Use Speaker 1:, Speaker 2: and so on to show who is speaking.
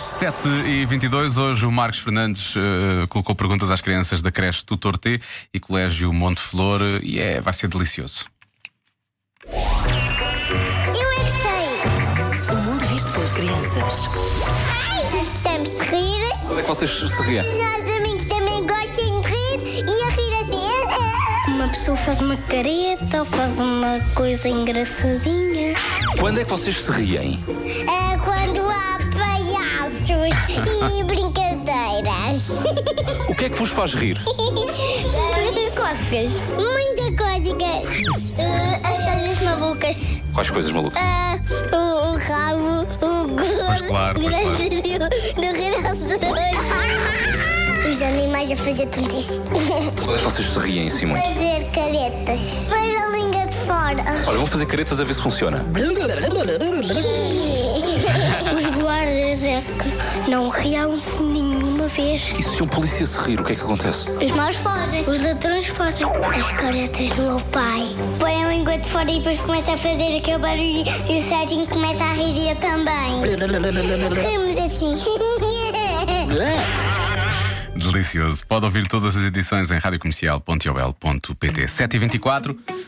Speaker 1: 7 e 22 hoje o Marcos Fernandes eh, colocou perguntas às crianças da creche Tutor T e Colégio Monte Flor eh, e é, vai ser delicioso.
Speaker 2: Eu é que sei!
Speaker 3: O mundo visto pelas crianças.
Speaker 2: Nós gostamos de rir
Speaker 4: Quando é que vocês se riem?
Speaker 2: e os amigos também gostam de rir e a rir assim. Uma pessoa faz uma careta ou faz uma coisa engraçadinha.
Speaker 4: Quando é que vocês se riem?
Speaker 2: É quando há palhaços e brincadeiras.
Speaker 4: O que é que vos faz rir?
Speaker 2: Cócegas. Muita cócegas. Ah, as coisas malucas.
Speaker 4: Quais coisas, maluco?
Speaker 2: Ah, o, o rabo, o gordo,
Speaker 1: claro, pois claro.
Speaker 2: do, do rinoceronte. Os animais a fazer tontices.
Speaker 4: Quando é que vocês se riem assim muito?
Speaker 2: fazer caretas. Põe a língua de fora.
Speaker 4: Olha, vou fazer caretas a ver se funciona.
Speaker 2: Os guardas é que não riam-se nenhuma vez.
Speaker 4: E se um polícia se rir, o que é que acontece?
Speaker 2: Os maus fogem. Os ladrões fogem. As caretas do meu pai. Põe a língua de fora e depois começa a fazer aquele barulho e o Serginho começa a rir e eu também. Rimos assim.
Speaker 1: Delicioso. Pode ouvir todas as edições em radiocomercial.iobel.pt 7 e 24